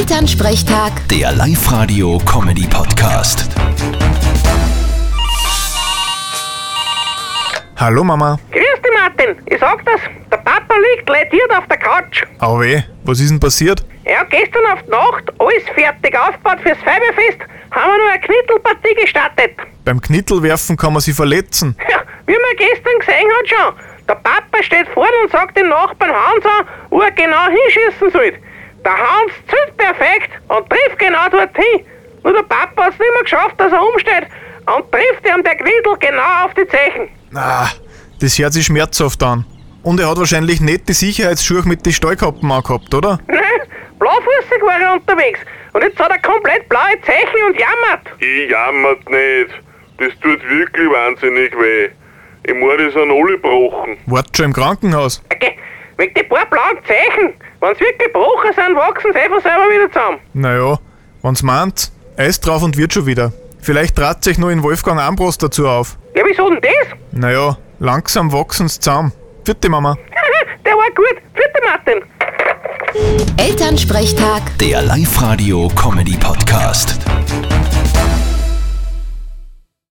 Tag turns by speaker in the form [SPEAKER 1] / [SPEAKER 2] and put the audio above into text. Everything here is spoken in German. [SPEAKER 1] Elternsprechtag,
[SPEAKER 2] Der Live-Radio-Comedy-Podcast.
[SPEAKER 3] Hallo Mama.
[SPEAKER 4] Grüß dich, Martin. Ich sag das, der Papa liegt lediert auf der Couch.
[SPEAKER 3] Au weh, was ist denn passiert?
[SPEAKER 4] Er hat gestern auf die Nacht alles fertig aufgebaut fürs Feiberfest, haben wir noch eine Knittelpartie gestartet.
[SPEAKER 3] Beim Knittelwerfen kann man sich verletzen.
[SPEAKER 4] Ja, wie man gestern gesehen hat schon, der Papa steht vor und sagt dem Nachbarn Hans an, wo er genau hinschießen soll. Der Hans zählt perfekt und trifft genau dorthin. Nur der Papa hat's nicht mehr geschafft, dass er umsteht und trifft ihm der Knittel genau auf die Zechen.
[SPEAKER 3] Ah, das hört sich schmerzhaft an. Und er hat wahrscheinlich nicht die Sicherheitsschuhe mit den Stallkappen angehabt, oder?
[SPEAKER 4] Nein, blaufußig war er unterwegs und jetzt hat er komplett blaue Zeichen und jammert.
[SPEAKER 5] Ich jammert nicht. Das tut wirklich wahnsinnig weh. Im Morde sind alle gebrochen.
[SPEAKER 3] Wart schon im Krankenhaus.
[SPEAKER 4] Okay, wegen die paar blauen Zeichen. Wenn sie wirklich gebrochen sind, wachsen sie einfach selber wieder zusammen.
[SPEAKER 3] Naja, wenn's meint, Eis drauf und wird schon wieder. Vielleicht trat sich nur in Wolfgang Ambros dazu auf.
[SPEAKER 4] Ja, wieso denn das?
[SPEAKER 3] Naja, langsam wachsen's zusammen. Vierte Mama.
[SPEAKER 4] Der war gut. Vierte Martin.
[SPEAKER 1] Elternsprechtag.
[SPEAKER 2] Der Live-Radio-Comedy-Podcast.